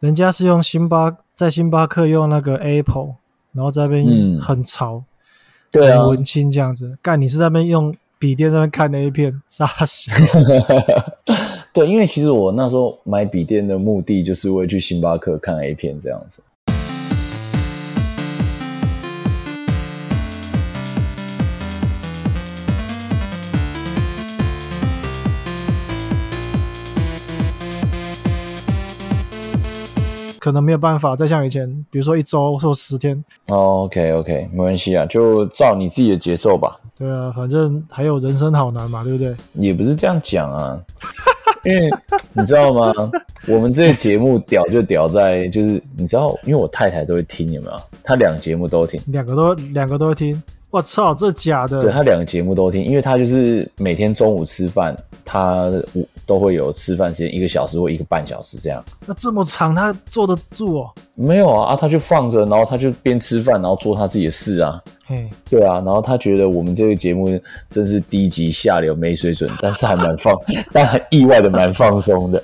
人家是用星巴在星巴克用那个 Apple，然后在那边嗯很潮、对啊很，文青这样子。干，你是在那边用笔电在那边看 A 片， 傻笑。 对，因为其实我那时候买笔电的目的就是为了去星巴克看 A 片这样子。可能没有办法再像以前，比如说一周或十天， OK OK，没哦关系啊，就照你自己的节奏吧，对啊，反正还有人生好难嘛，对不对？也不是这样讲啊，因为你知道吗？我们这个节目屌就屌在就是你知道，因为我太太都会听，有没有？她两个节目都听，两个都两个都会听，我操，这假对的，她两个节目都听，因为她就是每天中午吃饭，她都会有吃饭时间一个小时或一个半小时这样。那这么长他坐得住哦？没有啊，啊，他就放着，然后他就边吃饭，然后做他自己的事啊，嘿，对啊，然后他觉得我们这个节目真是低级下流没水准，但是还蛮放， 但还意外的蛮放松的。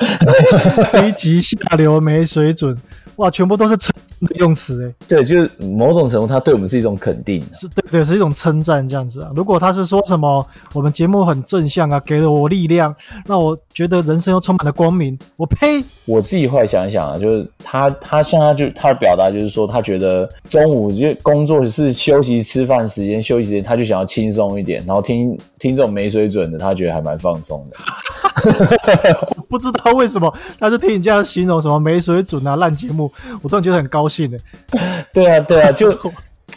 低级下流没水准，哇，全部都是称赞的用词哎，对，就是某种程度，他对我们是一种肯定。是对对，是一种称赞这样子啊。如果他是说什么我们节目很正向啊，给了我力量，让我觉得人生又充满了光明，我 呸！我自己后来想一想啊，就是他，他像他就他的表达就是说，他觉得中午就工作是休息吃饭时间，休息时间他就想要轻松一点，然后听听这种没水准的，他觉得还蛮放松的。我不知道为什么，但是听你这样形容什么没水准啊、烂节目，我突然觉得很高兴的。对啊，对啊，就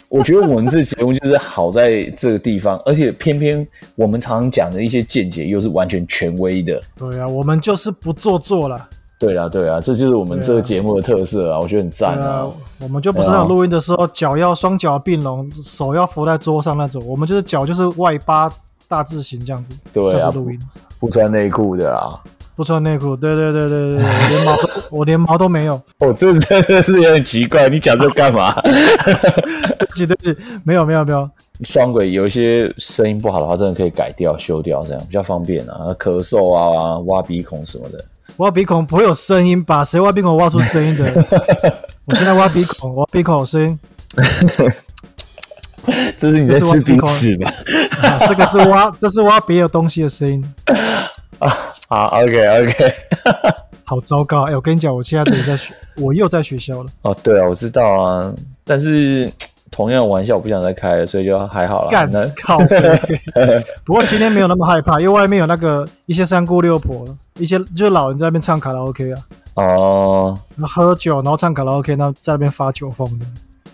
我觉得我们这节目就是好在这个地方，而且偏偏我们常常讲的一些见解又是完全权威的。对啊，我们就是不做作了。对啦、对啊，这就是我们这个节目的特色啊，我觉得很对赞啊啊。，我们就不是那种录音的时候脚要双脚并拢，手要扶在桌上那种，我们就是脚就是外八大字形这样子，对就啊是录音，不穿内裤的啊，不穿内裤。对对对对对，对我连毛都 我连毛都没有，哦，这真的是有点奇怪，你讲这干嘛？ 对不起对不起，没有没有没有，双轨有一些声音不好的话，真的可以改掉、修掉，这样比较方便啊。咳嗽啊、挖鼻孔什么的，挖鼻孔不会有声音吧？谁挖鼻孔挖出声音的？我现在挖鼻孔，我挖鼻孔有声音。这是你这在是挖吃鼻鼻孔屎吧？啊这个是挖，这是挖别的东西的声音，好，OK OK。好糟糕！哎、我跟你讲，我现在真的在学，我又在学校了。哦，对啊，我知道啊，但是同样的玩笑我不想再开了，所以就还好啦。干那靠背！不过今天没有那么害怕，因为外面有那个一些三姑六婆，一些就是老人在那边唱卡拉 OK 啊，哦然后喝酒，然后唱卡拉 OK，然后在那边发酒疯的。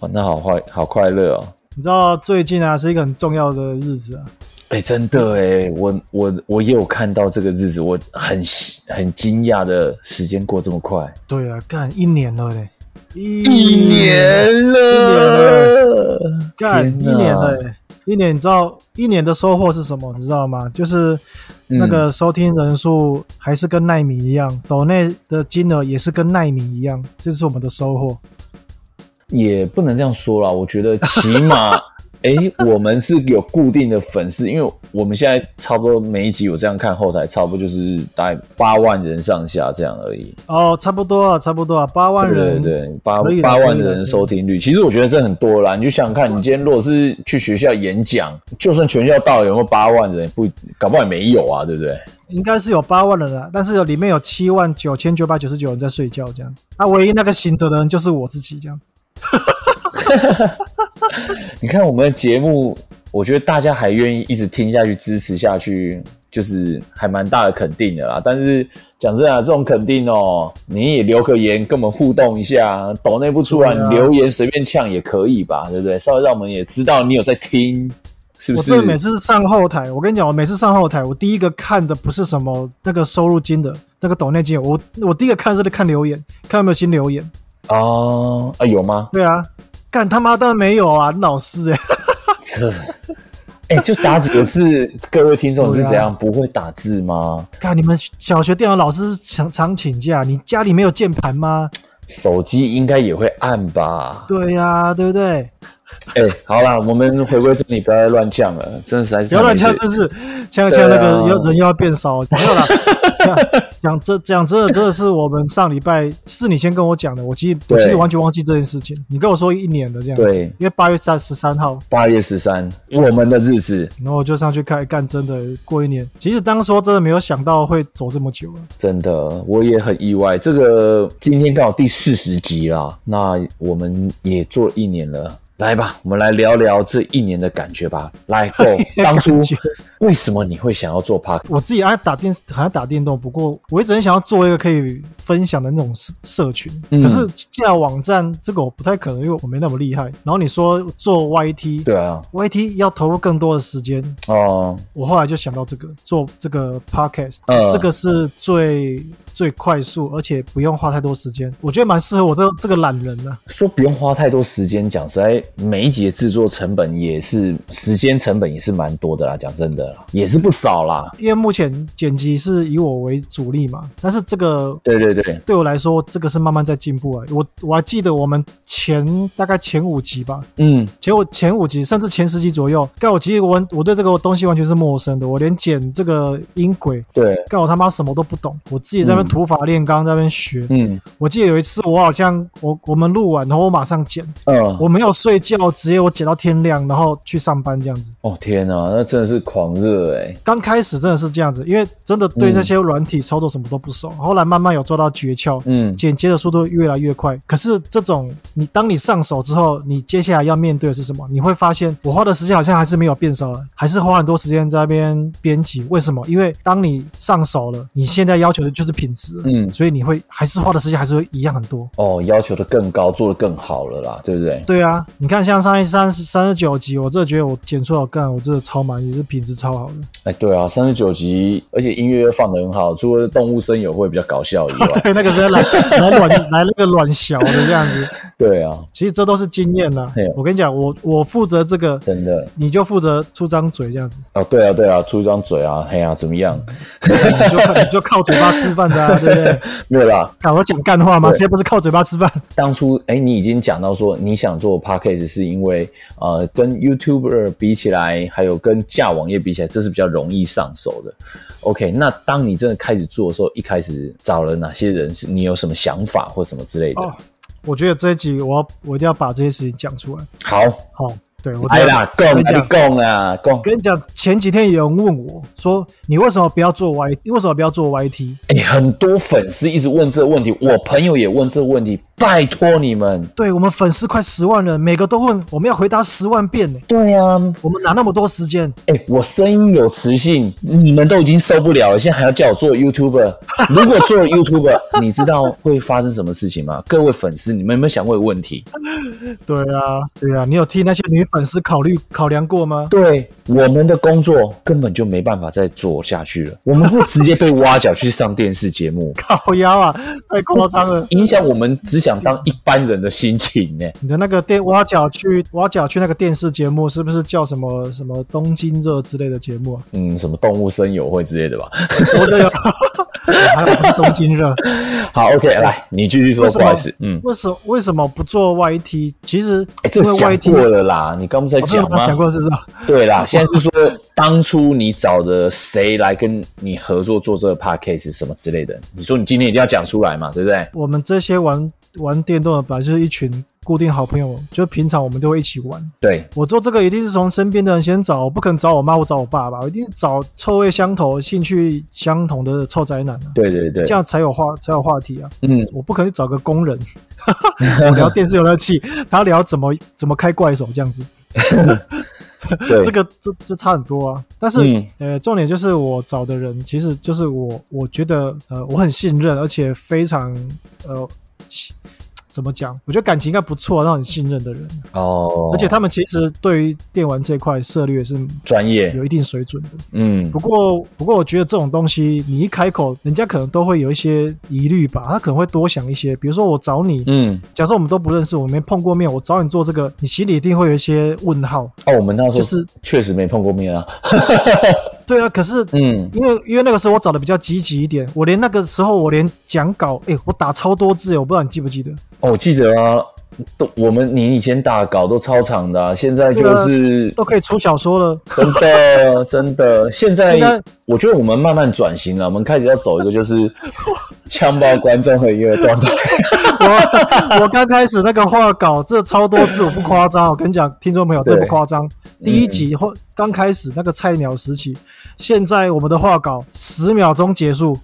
哦，那好快，好快乐哦。你知道最近啊是一个很重要的日子啊，哎，真的哎，我我我也有看到这个日子，我很很惊讶的时间过这么快，对啊，干一年了嘞，一了，干天哪一年了欸，一年你知道一年的收获是什么？你知道吗？就是嗯那个收听人数还是跟奈米一样，抖内的金额也是跟奈米一样，这是我们的收获。也不能这样说啦，我觉得起码， 哎、我们是有固定的粉丝，因为我们现在差不多每一集我这样看后台，差不多就是大概八万人上下这样而已。哦，差不多啊，差不多啊，八万对对人，对，八可以啦八可万以嗯啦人收听率，其实我觉得这很多啦。你就想想看，你今天如果是去学校演讲，就算全校到底有没有八万人，不，搞不好也没有啊，对不对？应该是有八万人啊，但是有里面有七万九千九百九十九人在睡觉这样子。啊，唯一那个醒着的人就是我自己这样。你看我们的节目，我觉得大家还愿意一直听下去、支持下去，就是还蛮大的肯定的啦。但是讲真的啊，这种肯定哦，你也留个言跟我们互动一下，抖内不出来，对啊你留言随便呛也可以吧，对不对？稍微让我们也知道你有在听，是不我是？是每次上后台，我跟你讲，我每次上后台，我第一个看的不是什么那个收入金的那个抖内金额，我我第一个看是在看留言，看有没有新留言。哦啊，有吗？对啊，干他妈当然没有啊，老师 哎、这， 哎、就打几个字，各位听众是怎对啊样？不会打字吗？干你们小学电脑老师常常请假，你家里没有键盘吗？手机应该也会按吧？啊对呀、对不对？哎、好啦，我们回归正题，不要再乱呛了，真的实在是不要乱呛，太没是劲不是？呛对啊呛那个又人又要变少，没 有啦。讲讲这讲这真的是我们上礼拜是你先跟我讲的，我记我对其实完全忘记这件事情。你跟我说一年的这样子，对，因为八月三十三号，八月十三，我们的日子然后我就上去看，哎干真的过一年。其实当说真的没有想到会走这么久啊，真的我也很意外。这个今天刚好第四十集啦，那我们也做一年了。来吧，我们来聊聊这一年的感觉吧。 来，Go，当初感觉为什么你会想要做 p a r k 我自己爱打电，很爱打电动，不过我一直很想要做一个可以分享的那种社社群。嗯可是架网站这个我不太可能，因为我没那么厉害。然后你说做 YT，对啊， YT 要投入更多的时间，哦、我后来就想到这个做这个 podcast，、嗯这个是最最快速，而且不用花太多时间，我觉得蛮适合我这这个懒人啊的、说不用花太多时间讲，实在每一集的制作成本也是时间成本也是蛮多的啦，讲真的啦，也是不少啦。因为目前剪辑是以我为主力嘛，但是这个。对对对，对我来说，这个是慢慢在进步啊。我我还记得我们前大概前五集吧，嗯，前五前五集甚至前十集左右，但我其实我完我对这个东西完全是陌生的，我连剪这个音轨，对，干我他妈什么都不懂，我自己在那边嗯土法炼钢，在那边学，嗯我记得有一次，我好像我我们录完，然后我马上剪，嗯，我没有睡觉，直接我剪到天亮，然后去上班这样子。哦天哪，那真的是狂热哎、刚开始真的是这样子，因为真的嗯对这些软体操作什么都不熟，后来慢慢有做到诀窍，嗯，剪接的速度越来越快。可是这种你当你上手之后，你接下来要面对的是什么？你会发现我花的时间好像还是没有变少了，还是花很多时间在那边编辑。为什么？因为当你上手了，你现在要求的就是品质了，嗯所以你会还是花的时间还是会一样很多。哦，要求的更高，做的更好了啦，对不对？对啊，你看像上一三三十九集，我真的觉得我剪出来我干，我真的超满意，这品质 超好的。哎，对啊，三十九集，而且音乐又放得很好，除了动物声友会比较搞笑以外， 对，那个时候来 来卵来那个卵小的这样子，对啊，其实这都是经验啦对啊。我跟你讲，我我负责这个，真的，你就负责出张嘴这样子，哦，对啊，对啊，出一张嘴啊，嘿呀、啊，怎么样？你就靠你就靠嘴巴吃饭的、啊，对不对？没有啦，看我讲干话吗？对谁不是靠嘴巴吃饭？当初哎、你已经讲到说你想做 podcast 是因为呃，跟 YouTuber 比起来，还有跟架网页比起来，这是比较容易上手的。OK，那当你真的开始做的时候，一开始找了哪些人？是你有什么想法或什么之类的？哦，我觉得这一集我要我一定要把这些事情讲出来。好，好、对我来啦，我共跟你来讲，共啦，共。跟你讲，前几天有人问我说，你为什么不要做 Y？为什么不要做 YT？哎、很多粉丝一直问这个问题，我朋友也问这个问题，拜托你们。对我们粉丝快十万人，每个都问，我们要回答十万遍呢。对啊，我们哪那么多时间？哎、我声音有磁性，你们都已经受不了了，现在还要叫我做 YouTuber。如果做了 YouTuber，你 知道会发生什么事情吗？各位粉丝，你们有没有想过一个问题？对啊，对啊，你有替那些女粉丝考虑考量过吗？，对，我们的工作根本就没办法再做下去了，我们会直接被挖角去上电视节目靠腰啊，太夸张了！影响我们只想当一般人的心情呢、你的那个电挖角去挖角去那个电视节目，是不是叫什么什么东京热之类的节 目啊？嗯，什么动物声友会之类的吧。我这有， 还有不是东京热？好，OK，来，你继续说，为什不么好意思，嗯，为什么为什么不做 YT？其实哎、这因为个讲 YT 过了啦，你刚不是在我真讲的吗？讲过是不是？对啦，现在是说当初你找的谁来跟你合作做这个 podcast 什么之类的，你说你今天一定要讲出来嘛，对不对？我们这些玩玩电动的，本来就是一群固定好朋友，就平常我们都会一起玩。对，我做这个一定是从身边的人先找，我不可能找我妈，我找我爸爸，我一定是找臭味相投、兴趣相同的臭宅男啊，对对对，这样才有话才有话题啊！嗯，我不可能去找个工人，我哦聊电视游乐器，他聊怎么怎么开怪手这样子， 对，这个这这差很多啊。但是、嗯呃，重点就是我找的人，其实就是我我觉得呃我很信任，而且非常呃信怎么讲，我觉得感情应该不错，让很信任的人，哦，而且他们其实对于电玩这块涉猎是专业，有一定水准的。嗯不，过，不过我觉得这种东西，你一开口，人家可能都会有一些疑虑吧，他可能会多想一些。比如说我找你，嗯，假设我们都不认识，我没碰过面，我找你做这个，你心里一定会有一些问号。哦，我们那时候就是确实没碰过面啊，对啊，可是。嗯，因为因为那个时候我找的比较积极一点，我连那个时候我连讲稿，哎、我打超多字，我不知道你记不记得，哦，我记得啊，都我们你以前打稿都超长的、啊，现在就是都可以出小说了。真的真的，现在现在我觉得我们慢慢转型了，我们开始要走一个就是 枪爆观众的一个状态。我我刚开始那个画稿，这超多字，我不夸张。我跟你讲，听众朋友，这对不夸张。第一集或刚开始那个菜鸟时期，现在我们的画稿十秒钟结束，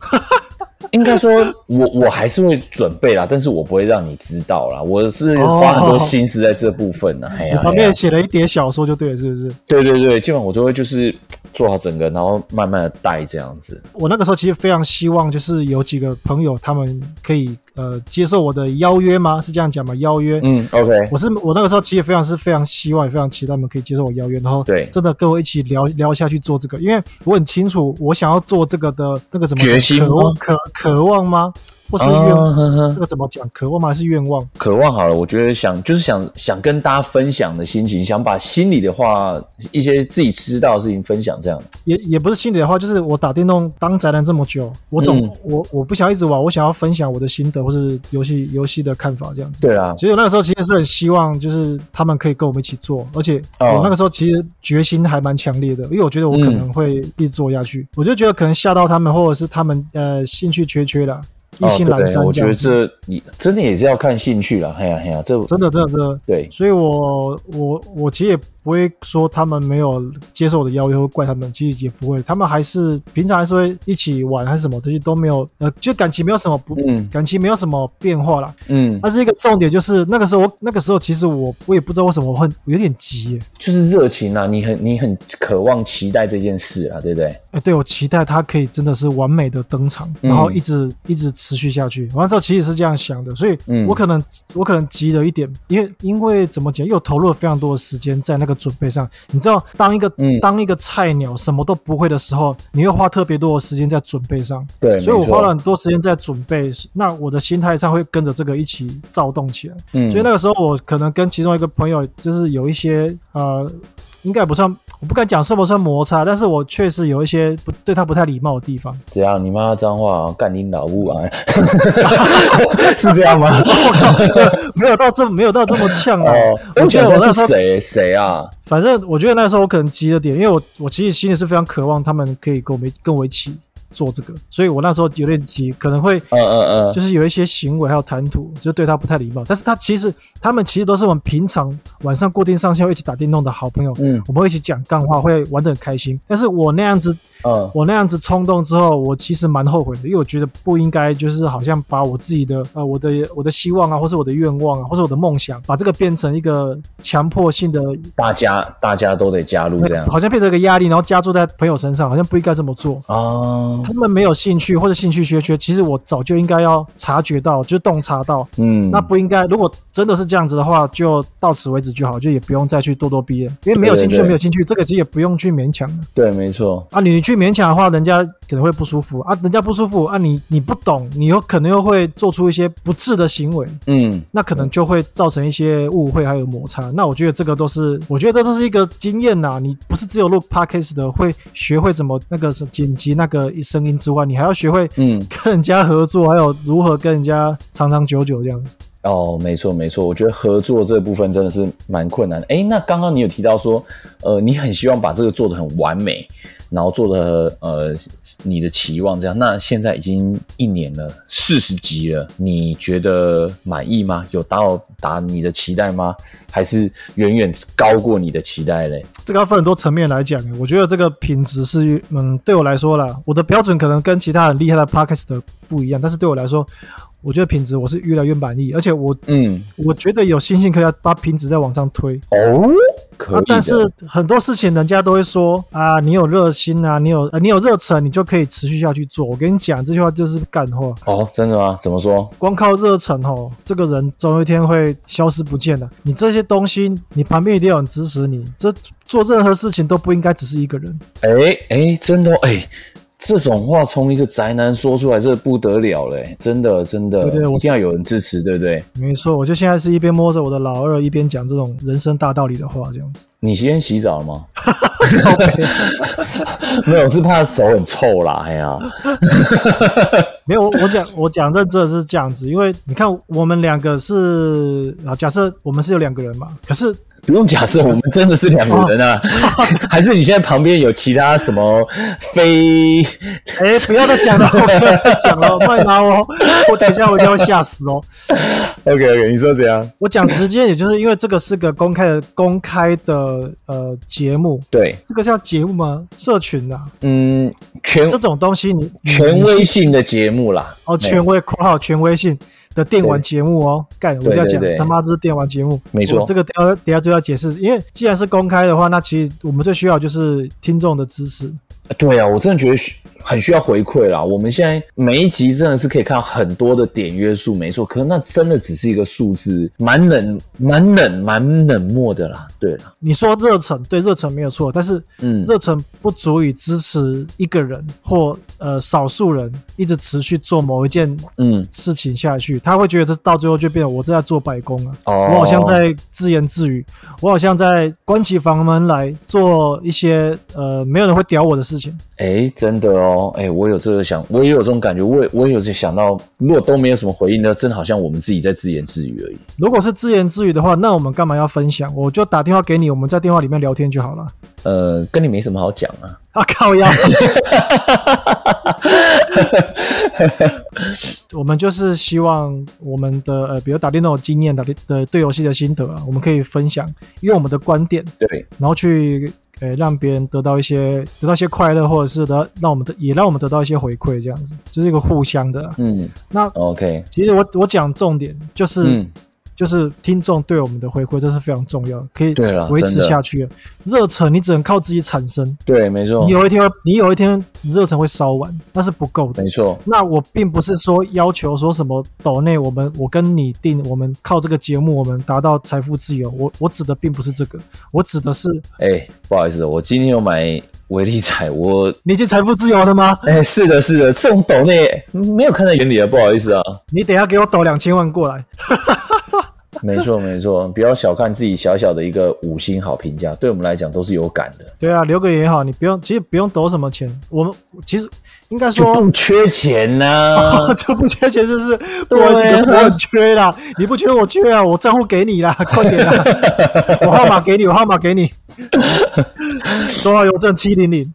应该 说我，我还是会准备啦，但是我不会让你知道啦。我是花很多心思在这部分呢。哎呀、哦旁哎边呀也写了一叠小说就对了，是不是？对对对，基本上我都会就是做好整个，然后慢慢的带这样子。我那个时候其实非常希望，就是有几个朋友他们可以呃接受我的邀约吗？是这样讲吗？邀约，嗯，OK，我是我那个时候其实非常是非常希望，也非常期待你们可以接受我邀约，然后对真的跟我一起聊聊下去做这个，因为我很清楚我想要做这个的那个怎么讲决心吗渴望渴渴望吗？或是愿、啊呵呵那个怎么讲渴望吗？还是愿望？渴望好了，我觉得想就是想想跟大家分享的心情，想把心里的话一些自己知道的事情分享，这样。也也不是心里的话，就是我打电动当宅男这么久，我总、嗯我我不想要一直玩，我想要分享我的心得或是游戏游戏的看法这样子。对啦，其实我那个时候其实是很希望，就是他们可以跟我们一起做，而且哦嗯我那个时候其实决心还蛮强烈的，因为我觉得我可能会一直做下去，我就觉得可能吓到他们，或者是他们呃兴趣缺缺啦，意兴哦阑对珊我这觉样得子。这你真的也是要看兴趣啦。哎呀哎呀，这真的，真的，真的，对所以我我我其实也不会说他们没有接受我的邀约，会怪他们，其实也不会，他们还是平常还是会一起玩，还是什么东西都没有，呃，就感情没有什么不、嗯感情没有什么变化啦。嗯，但是一个重点就是那个时候我，那个时候其实我我也不知道为什么我很有点急耶，就是热情啊，你很你很渴望期待这件事啊，对不对？哎，对我期待他可以真的是完美的登场，嗯然后一直一直持续下去。完了之后其实是这样想的，所以嗯我可能、我可能急了一点，因为因为怎么讲，又投入了非常多的时间在那个准备上。你知道，当一个、嗯当一个菜鸟什么都不会的时候，你会花特别多的时间在准备上。对，所以我没错花了很多时间在准备，那我的心态上会跟着这个一起躁动起来。嗯所以那个时候我可能跟其中一个朋友就是有一些呃，应该也不算，我不敢讲算不算摩擦，但是我确实有一些不对他不太礼貌的 地方。怎样？你骂他脏话、啊，干你老母 啊？ 是这样吗？没有到这没有到这么呛啊！哦，我记觉得我那得时是候，谁谁啊？反正我觉得那时候我可能急了点，因为我我其实心里是非常渴望他们可以跟我们跟我一起做这个，所以我那时候有点急，可能会嗯嗯嗯，就是有一些行为还有谈吐，就对他不太礼貌。但是他其实他们其实都是我们平常晚上固定上线会一起打电动的好朋友，嗯我们会一起讲干话，会玩得很开心。但是我那样子，嗯我那样子冲动之后，我其实蛮后悔的，因为我觉得不应该就是好像把我自己的呃我的我的希望啊，或是我的愿望啊，或是我的梦想，把这个变成一个强迫性的。大家大家都得加入这样好像变成一个压力，然后加注在朋友身上，好像不应该这么做。啊，他们没有兴趣或者兴趣缺缺，其实我早就应该要察觉到，就洞察到，嗯，那不应该，如果真的是这样子的话，就到此为止就好，就也不用再去咄咄逼人，因为没有兴趣就没有兴趣，这个其实也不用去勉强了对，没错，啊。你去勉强的话，人家可能会不舒服啊，人家不舒服啊，你你不懂，你有可能又会做出一些不智的行为，嗯，那可能就会造成一些误会还有摩擦。那我觉得这个都是，我觉得这都是一个经验呐、你不是只有录 podcast 的会学会怎么那个剪辑那个声音之外，你还要学会嗯跟人家合作，还有如何跟人家长长久久这样子。哦，没错没错，我觉得合作这部分真的是蛮困难的。哎，那刚刚你有提到说，呃，你很希望把这个做得很完美，然后做的呃你的期望这样。那现在已经一年了，四十集了，你觉得满意吗？有达到达你的期待吗？还是远远高过你的期待嘞？这个要分很多层面来讲。我觉得这个品质是，嗯，对我来说啦，我的标准可能跟其他很厉害的 podcast 不一样，但是对我来说，我觉得品质我是越来越满意，而且我嗯，我觉得有信心可以把品质再往上推。哦，可以的、啊，但是很多事情人家都会说啊，你有热心啊，你有、啊、你有热忱，你就可以持续下去做。我跟你讲，这句话就是干话。哦，真的吗？怎么说？光靠热忱哦，这个人总有一天会消失不见的。你这些东西，你旁边一定有人支持你。这做任何事情都不应该只是一个人。哎哎，真的哎、这种话从一个宅男说出来，这不得了嘞、真的真的，对对我一定要有人支持，对不对？没错，我就现在是一边摸着我的老二，一边讲这种人生大道理的话，这样子。你先洗澡了吗？ 没有，是怕手很臭啦。哎呀， 没有，我我讲我讲这这是这样子，因为你看我们两个是啊，假设我们是有两个人嘛，可是不用假设，我们真的是两个人 啊。还是你现在旁边有其他什么非？哎、不要再讲 了，不要再讲了，快拿哦，我等一下我就要吓死哦。 OK OK，你说怎样？我讲直接，也就是因为这个是个公开的公开的呃节目，对，这个叫节目吗？社群啊，嗯，权这种东西你你权你威性的节目啦。哦，权威（括号权威性）的电玩节目哦，干，我一定要讲对对对他妈这是电玩节目，没错我这个等一下等一下就要解释，因为既然是公开的话，那其实我们最需要就是听众的支持，对啊，我真的觉得需很需要回馈啦。我们现在每一集真的是可以看到很多的点约数，没错，可是那真的只是一个数字，蛮冷、蛮冷、蛮冷漠的啦。对啦，你说热忱，对热忱没有错，但是嗯，热忱不足以支持一个人或呃少数人一直持续做某一件嗯，事情下去，他会觉得这到最后就变成我这在做白工啊，哦，我好像在自言自语，我好像在关起房门来做一些呃没有人会屌我的事情。哎，真的哦，哎，我有这个想，我也有这种感觉，我也我也有想到，如果都没有什么回应呢，真的好像我们自己在自言自语而已。如果是自言自语的话，那我们干嘛要分享？我就打电话给你，我们在电话里面聊天就好了。 呃，跟你没什么好讲啊。啊靠腰！我们就是希望我们的呃，比如打电动的经验、打电的对游戏的心得啊，我们可以分享，因为我们的观点，对，然后去呃让别人得到一些得到一些快乐，或者是得让我们的也让我们得到一些回馈，这样子就是一个互相的啊、嗯那，OK，其实我我讲重点就是、嗯，就是听众对我们的回馈，这是非常重要的，可以对了维真持的下去的。热忱你只能靠自己产生，对，没错你，有一天会，你有一天热忱会烧完，那是不够的没。错，那我并不是说要求说什么抖内我们我跟你定，我们靠这个节目我们达到财富自由。我我指的并不是这个，我指的是哎，不好意思，我今天有买维力彩，我你已经财富自由了吗？ 哎，是的，是的，这种抖内没有看在眼里啊，不好意思啊。你等一下给我抖两千万过来。 没错，没错，不要小看自己小小的一个五星好评价，对我们来讲都是有感 的，对啊，留个言也好，你不用，其实不用抖什么钱。我们其实应该就说。不缺钱 呐、就不缺钱，就是不好意思，对啊可是我很缺啦。你不缺，我缺啊！我账户给你啦，快点啦！我号码给你，我号码给你。中华邮政七零零。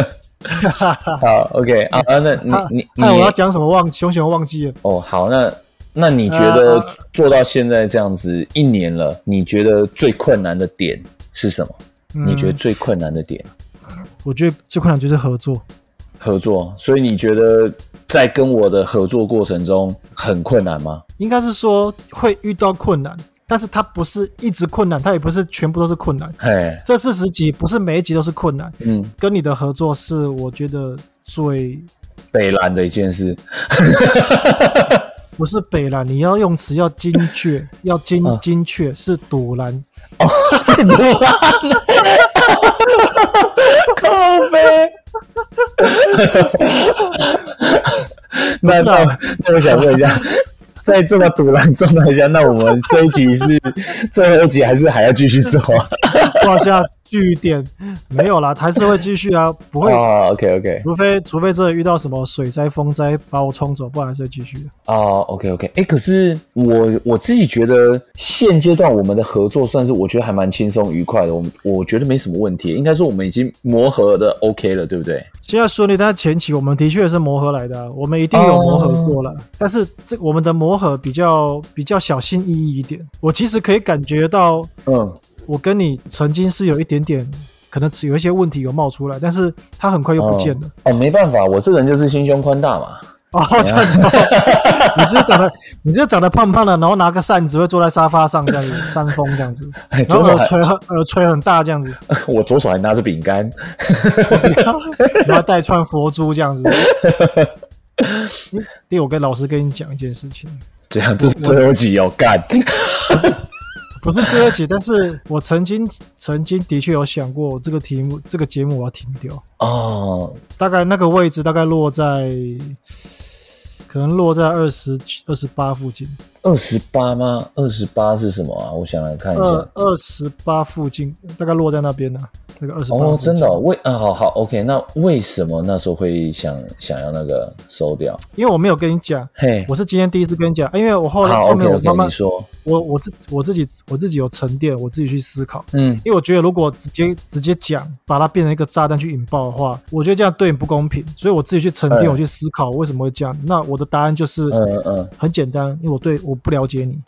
好，OK 啊啊，那你啊你你那我要讲什么忘，熊熊忘记了。哦，好，那那你觉得呃做到现在这样子一年了，你觉得最困难的点是什么？嗯你觉得最困难的点我觉得最困难就是合作，合作，所以你觉得在跟我的合作过程中很困难吗？应该是说会遇到困难，但是它不是一直困难，它也不是全部都是困难。嘿，这四十集不是每一集都是困难，嗯，跟你的合作是我觉得最北蓝的一件事，不是北蓝，你要用词要精确，要精精确是堵 蓝，靠呗。不那是啊那那我想问一下，在这么堵然状态下，那我们这一集是最后一集，还是还要继续做啊、画下句点。没有啦，还是会继续啊，不会， o k OK，除非除非真的遇到什么水灾、风灾把我冲走，不然还是会继续的。哦、o k OK，哎、可是我我自己觉得现阶段我们的合作算是我觉得还蛮轻松愉快的，我们我觉得没什么问题，应该说我们已经磨合的 OK 了，对不对？现在顺利，但前期我们的确是磨合来的啊、我们一定有磨合过了。但是这我们的磨合比较比较小心翼翼一点。我其实可以感觉到，嗯，我跟你曾经是有一点点，可能有一些问题有冒出来，但是它很快又不见了。哦，没办法，我这人就是心胸宽大嘛。 哦，这样子哦，你是长得 你是长得胖胖的，然后拿个扇子会坐在沙发上这样子扇风这样子，哎，然左后手耳还垂很耳垂很大这样 子，我左手还拿着饼干，然后带串佛珠这样子。嗯对，我跟老师跟你讲一件事情，哦这样这是最后一集要干。不是最后解，但是我曾经曾经的确有想过，这个题目这个节目我要停掉。哦，大概那个位置大概落在，可能落在二十二十八附近，二十八吗？二十八是什么啊？我想来看一下。二二十八附近，大概落在那边呢、那个二十八。哦，真的、哦、为啊，好好，OK。那为什么那时候会想想要那个收掉？因为我没有跟你讲，嘿，我是今天第一次跟你讲，因为我后来好后面我，OK，OK，、慢慢你说，我我自我自己我自己有沉淀，我自己去思考。嗯，因为我觉得，如果直接直接讲，把它变成一个炸弹去引爆的话，我觉得这样对你不公平。所以我自己去沉淀，嗯我去思考为什么会这样。那我的答案就是嗯嗯嗯，很简单，因为我对我不了解你。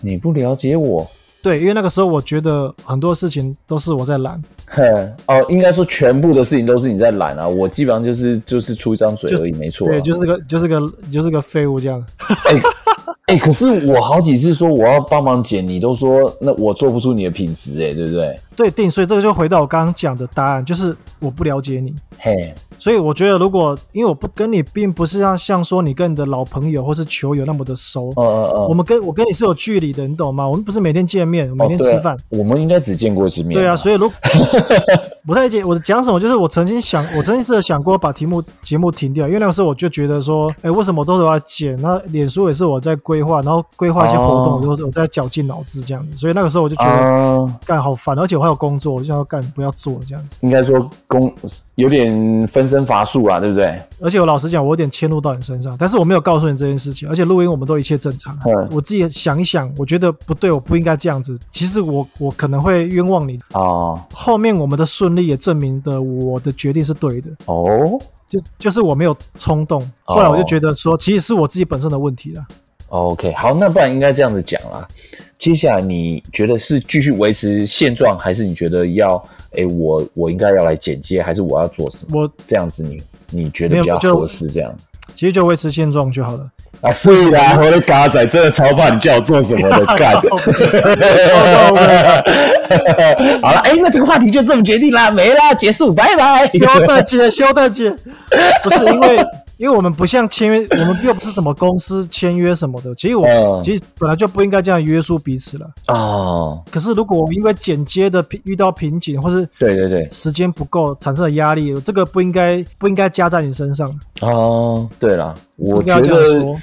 你不了解我，对，因为那个时候我觉得很多事情都是我在懒，哼，哦，应该说全部的事情都是你在懒啊，我基本上就是就是出一张嘴而已，没错、啊。对，就是个就是个就是个废物这样。哎、 哎、可是我好几次说我要帮忙剪，你都说那我做不出你的品质，哎，对不对？对，定，所以这个就回到我刚刚讲的答案，就是我不了解你。嘿，所以我觉得，如果因为我不跟你，并不是像像说你跟你的老朋友或是球友那么的熟，嗯嗯嗯，我们跟我跟你是有距离的，你懂吗？我们不是每天见面，每天哦对啊吃饭。我们应该只见过一次面、对啊，以所以如不太 解我讲什么，就是我曾经想，我曾经是想过把题目节目停掉，因为那个时候我就觉得说，哎、为什么都是我要剪？那脸书也是我在规划，然后规划一些活哦动，我就是我在绞尽脑汁这样子，所以那个时候我就觉得啊，干、好烦，而且我还有工作，我就想要干不要做这样子。应该说公有点分身乏术啊，对不对？而且我老实讲，我有点迁怒到你身上，但是我没有告诉你这件事情，而且录音我们都一切正常。啊嗯我自己想一想，我觉得不对，我不应该这样子。其实我我可能会冤枉你。啊，后面我们的顺利也证明的我的决定是对的，哦就就是我没有冲动。哦后来我就觉得说，其实是我自己本身的问题了。 ，OK，好，那不然应该这样子讲啦。接下来你觉得是继续维持现状，还是你觉得要，哎、我我应该要来剪接，还是我要做什么？我这样子你你觉没有得比较就合适这样？其实就维持现状就好 了。啊，是啦，我的嘎仔真的超怕你叫我做什么的， 干。好了，哎、那这个话题就这么决定啦，没啦，结束，拜拜。肖大姐，肖大姐，不是因为。因为我们不像签约，我们又不是什么公司签约什么的，其实我、嗯其实本来就不应该这样约束彼此了。哦，可是如果我因为剪接的瓶遇到瓶颈，或是对对对，时间不够产生的压力，这个不应该不应该加在你身上。哦，对啦，我应该要觉这样得说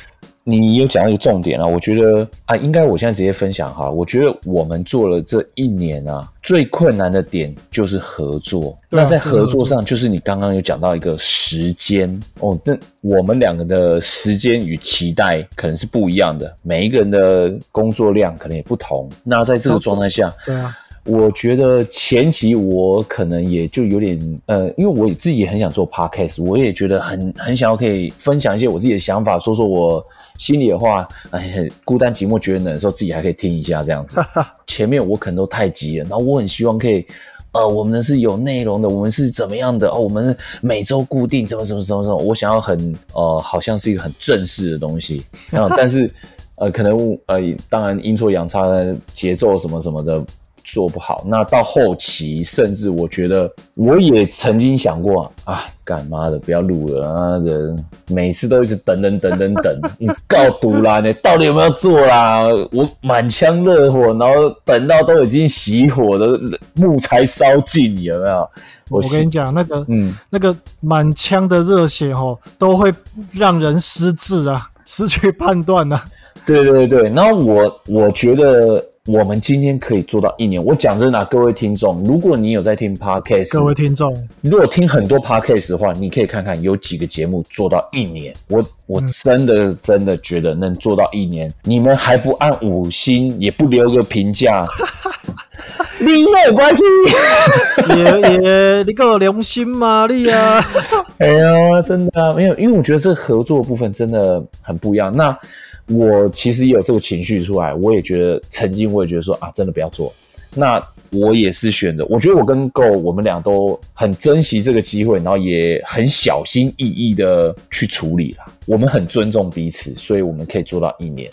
你有讲到一个重点啊，我觉得啊，应该我现在直接分享哈，我觉得我们做了这一年啊，最困难的点就是合作。对啊那在就是合合作作上，就是你刚刚有讲到一个时间哦，那我们两个的时间与期待可能是不一样的，每一个人的工作量可能也不同。那在这个状态下，对啊，我觉得前期我可能也就有点呃，因为我自己也很想做 podcast，我也觉得很很想要可以分享一些我自己的想法，说说我心里的话。哎，很孤单寂寞觉得冷的时候，自己还可以听一下这样子。前面我可能都太急了，然后我很希望可以。呃，我们是有内容的，我们是怎么样的？哦，我们每周固定怎么怎么怎么怎么，我想要很呃，好像是一个很正式的东西。啊，但是呃，可能呃，当然阴错阳差的节奏什么什么的做不好。那到后期，甚至我觉得我也曾经想过啊，干妈的不要录了，妈的，每次都一直等等等等等，你告毒啦，你到底有没有做啦？我满腔热火，然后等到都已经熄火的木材烧尽，有没有？我是跟你讲，那个、嗯，那个满腔的热血哦，都会让人失智啊， 失去判断啊。对对对，然后我我觉得我们今天可以做到一年。我讲真的啊、各位听众，如果你有在听 podcast，各位听众，如果听很多 podcast 的话，你可以看看有几个节目做到一年。我我嗯真的真的觉得能做到一年，你们还不按五星，也不留个 评价，你有关系。也也你个良心玛丽啊！ 哎呀，真的啊没有，因为我觉得这个合作部分真的很不一样。那我其实也有这个情绪出来，我也觉得曾经我也觉得说啊，真的不要做。那我也是选择，我觉得我跟 Go 我们俩都很珍惜这个机会，然后也很小心翼翼的去处理啦。我们很尊重彼此，所以我们可以做到一年。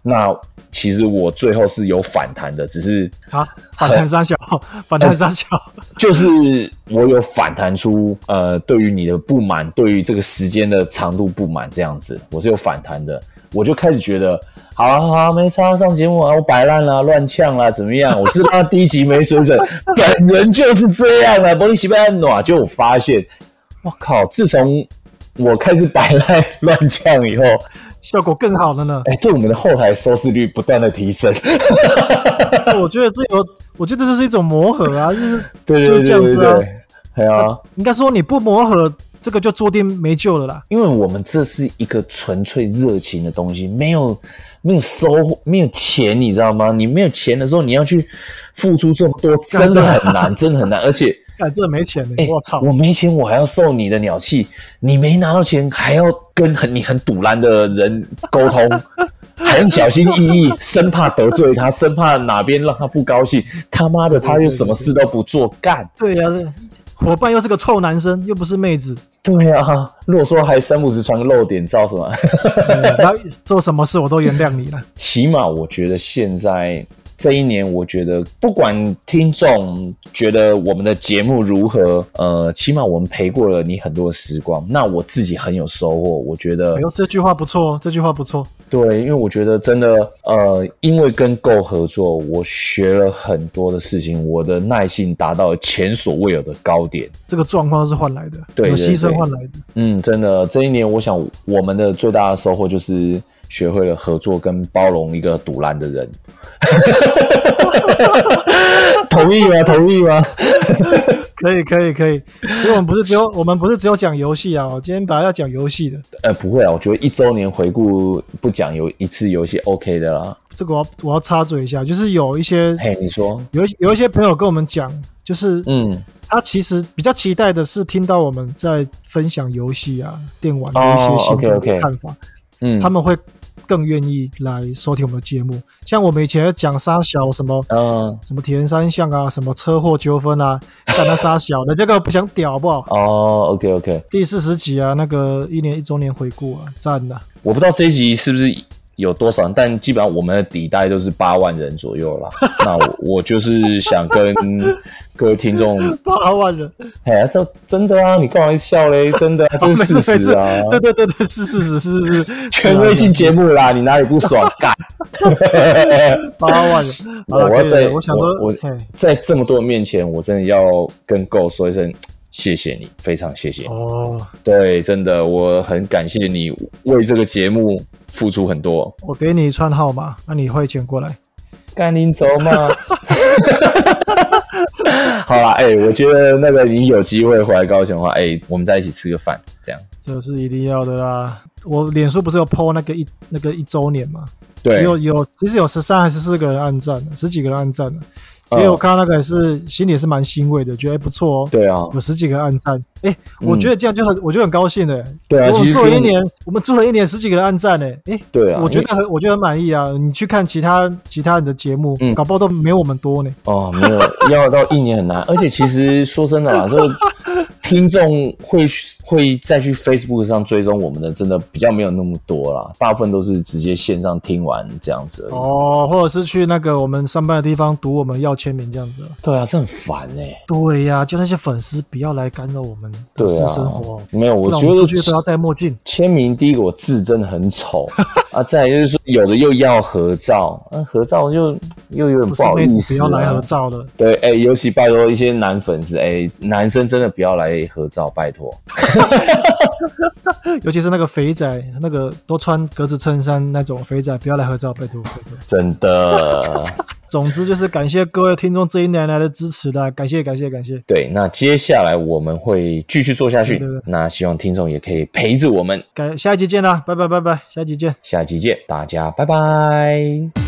那其实我最后是有反弹的，只是啊，反弹三小，反弹三小，就是我有反弹出呃，对于你的不满，对于这个时间的长度不满这样子，我是有反弹的。我就开始觉得，好啊好啊，没差，上节目啊，我摆烂啦，乱呛啦，怎么样？我是他第一集没水准，本人就是这样啊，玻璃西班牙就我发现，我靠，自从我开始摆烂乱呛以后，效果更好了 呢。哎、对我们的后台收视率不断的提升。我觉得这有，我觉得这就是一种磨合啊，就是对就是这对对样对子啊对，对啊，应该说你不磨合，这个就注定没救了啦。因为我们这是一个纯粹热情的东西，没有没有收获，没有钱，你知道吗？你没有钱的时候，你要去付出这么多，真的很难，真的很难。而且，干，这没钱呢、哎、我操！我没钱，我还要受你的鸟气，你没拿到钱，还要跟很你很堵烂的人沟 通，还很小心翼翼，生怕得罪他，生怕哪边让他不高兴。他妈的，他又什么事都不做，干！对呀、啊，伙伴又是个臭男生，又不是妹 子，对啊，如果说还三不五时传个漏点照什么？嗯然后做什么事我都原谅 你了。起码我觉得现在这一年，我觉得不管听众觉得我们的节目如何，呃，起码我们陪过了你很多时光，那我自己很有收获。我觉得哎呦，这句话不错，这句话不错。对，因为我觉得真的，呃，因为跟 Go 合作，我学了很多的事情，我的耐性达到前所未有的高点。这个状况是换来的，对有对牺牲对换来的。嗯，真的，这一年我想我们的最大的收获就是学会了合作跟包容一个赌烂的人。 同意吗？同意吗？可以，可以，可以。所以我们不是只有 我们不是只有讲游戏啊，我今天本来要讲游戏的，呃，不会啊，我觉得一周年回顾不讲有一次游戏 OK 的啦。这个我要我要插嘴一下，就是有一些嘿，你说，有一有一些朋友跟我们讲，就是嗯，他其实比较期待的是听到我们在分享游戏啊、电玩的哦一些新的 OK，OK 看法，嗯，他们会更愿意来收听我们的节目。像我们以前讲沙小什么。嗯、什么铁人三项啊，什么车祸纠纷啊，干他沙小的，这个不想屌好不好？哦，OK OK，第四十集啊，那个一年一周年回顾啊，赞呐、我不知道这一集是不是有多少人，但基本上我们的底大概都是八万人左右 啦。那我我就是想跟各位听众，八万人，哎呀，这真的啊，你干嘛笑嘞？真的、啊，这哦没是事没事事实啊，，对对对对，是事实是是是，权威进节目啦，你哪里不爽？干！ 八万人，好我了，我要可以在了，我想说，我嘿在这么多人面前，我真的要跟 Go 说一声谢谢你，非常谢谢你。哦，对，真的，我很感谢你为这个节目付出很多。我给你一串号码，那你汇钱过来。干你走嘛！ 好啦，哎、我觉得那个你有机会回来高雄的话，哎、我们在一起吃个饭，这样。这是一定要的啦！我脸书不是有 PO 那个一那个一周年嘛？对，有有，其实有十三还是四个人按赞的，十几个人按赞的。其实嗯我看到那个也是心里也是蛮欣慰的，觉得哎不错哦，对啊，有十几个人按赞。哎，我觉得这样就很我就很高兴的。对啊我其们实做了一跟年，我们做了一年十几个人按赞呢。哎，对啊我觉因为得很我觉得很满意啊！你去看其他其他人的节目嗯，搞不好都没有我们多呢。哦，没有，要到一年 很难。而且其实说真的啦，这个听众会会再去 Facebook 上追踪我们的，真的比较没有那么多啦，大部分都是直接线上听完这样子而已。哦，或者是去那个我们上班的地方读我们要签名这欸样子啊。对啊，这很烦哎、对呀、叫那些粉丝不要来干扰我们的对私啊生活。没有，不我然觉们得出去都要戴墨镜。签名第一个我字真的很丑 啊，再来就是说有的又要合照，那、合照就又有点不不是好妹意子不思、要来合啊。照了，对，哎、尤其拜托一些男粉丝，哎、男生真的不要来合照，拜托。尤其是那个肥仔，那个都穿格子衬衫那种肥仔，不要来合照，拜托拜托。真的。总之就是感谢各位听众这一年来的支持啦，感谢感谢感谢。对，那接下来我们会继续做下去。对对对那希望听众也可以陪着我们，感下一集见啦，拜拜拜拜，下一集见。下期见，大家拜拜。